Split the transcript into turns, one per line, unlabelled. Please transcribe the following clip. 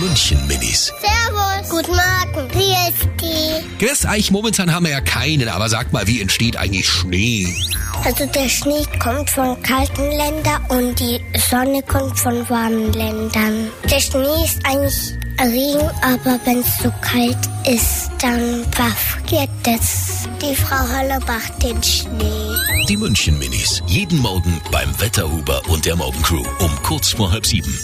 München Minis.
Servus. Guten Morgen. Wie ist die?
Grüß euch, momentan haben wir ja keinen, aber sag mal, wie entsteht eigentlich Schnee?
Also der Schnee kommt von kalten Ländern und die Sonne kommt von warmen Ländern. Der Schnee ist eigentlich Regen, aber wenn es so kalt ist, dann verfriert es. Die Frau Holle macht den Schnee.
Die München Minis. Jeden Morgen beim Wetterhuber und der Morgencrew um kurz vor halb sieben.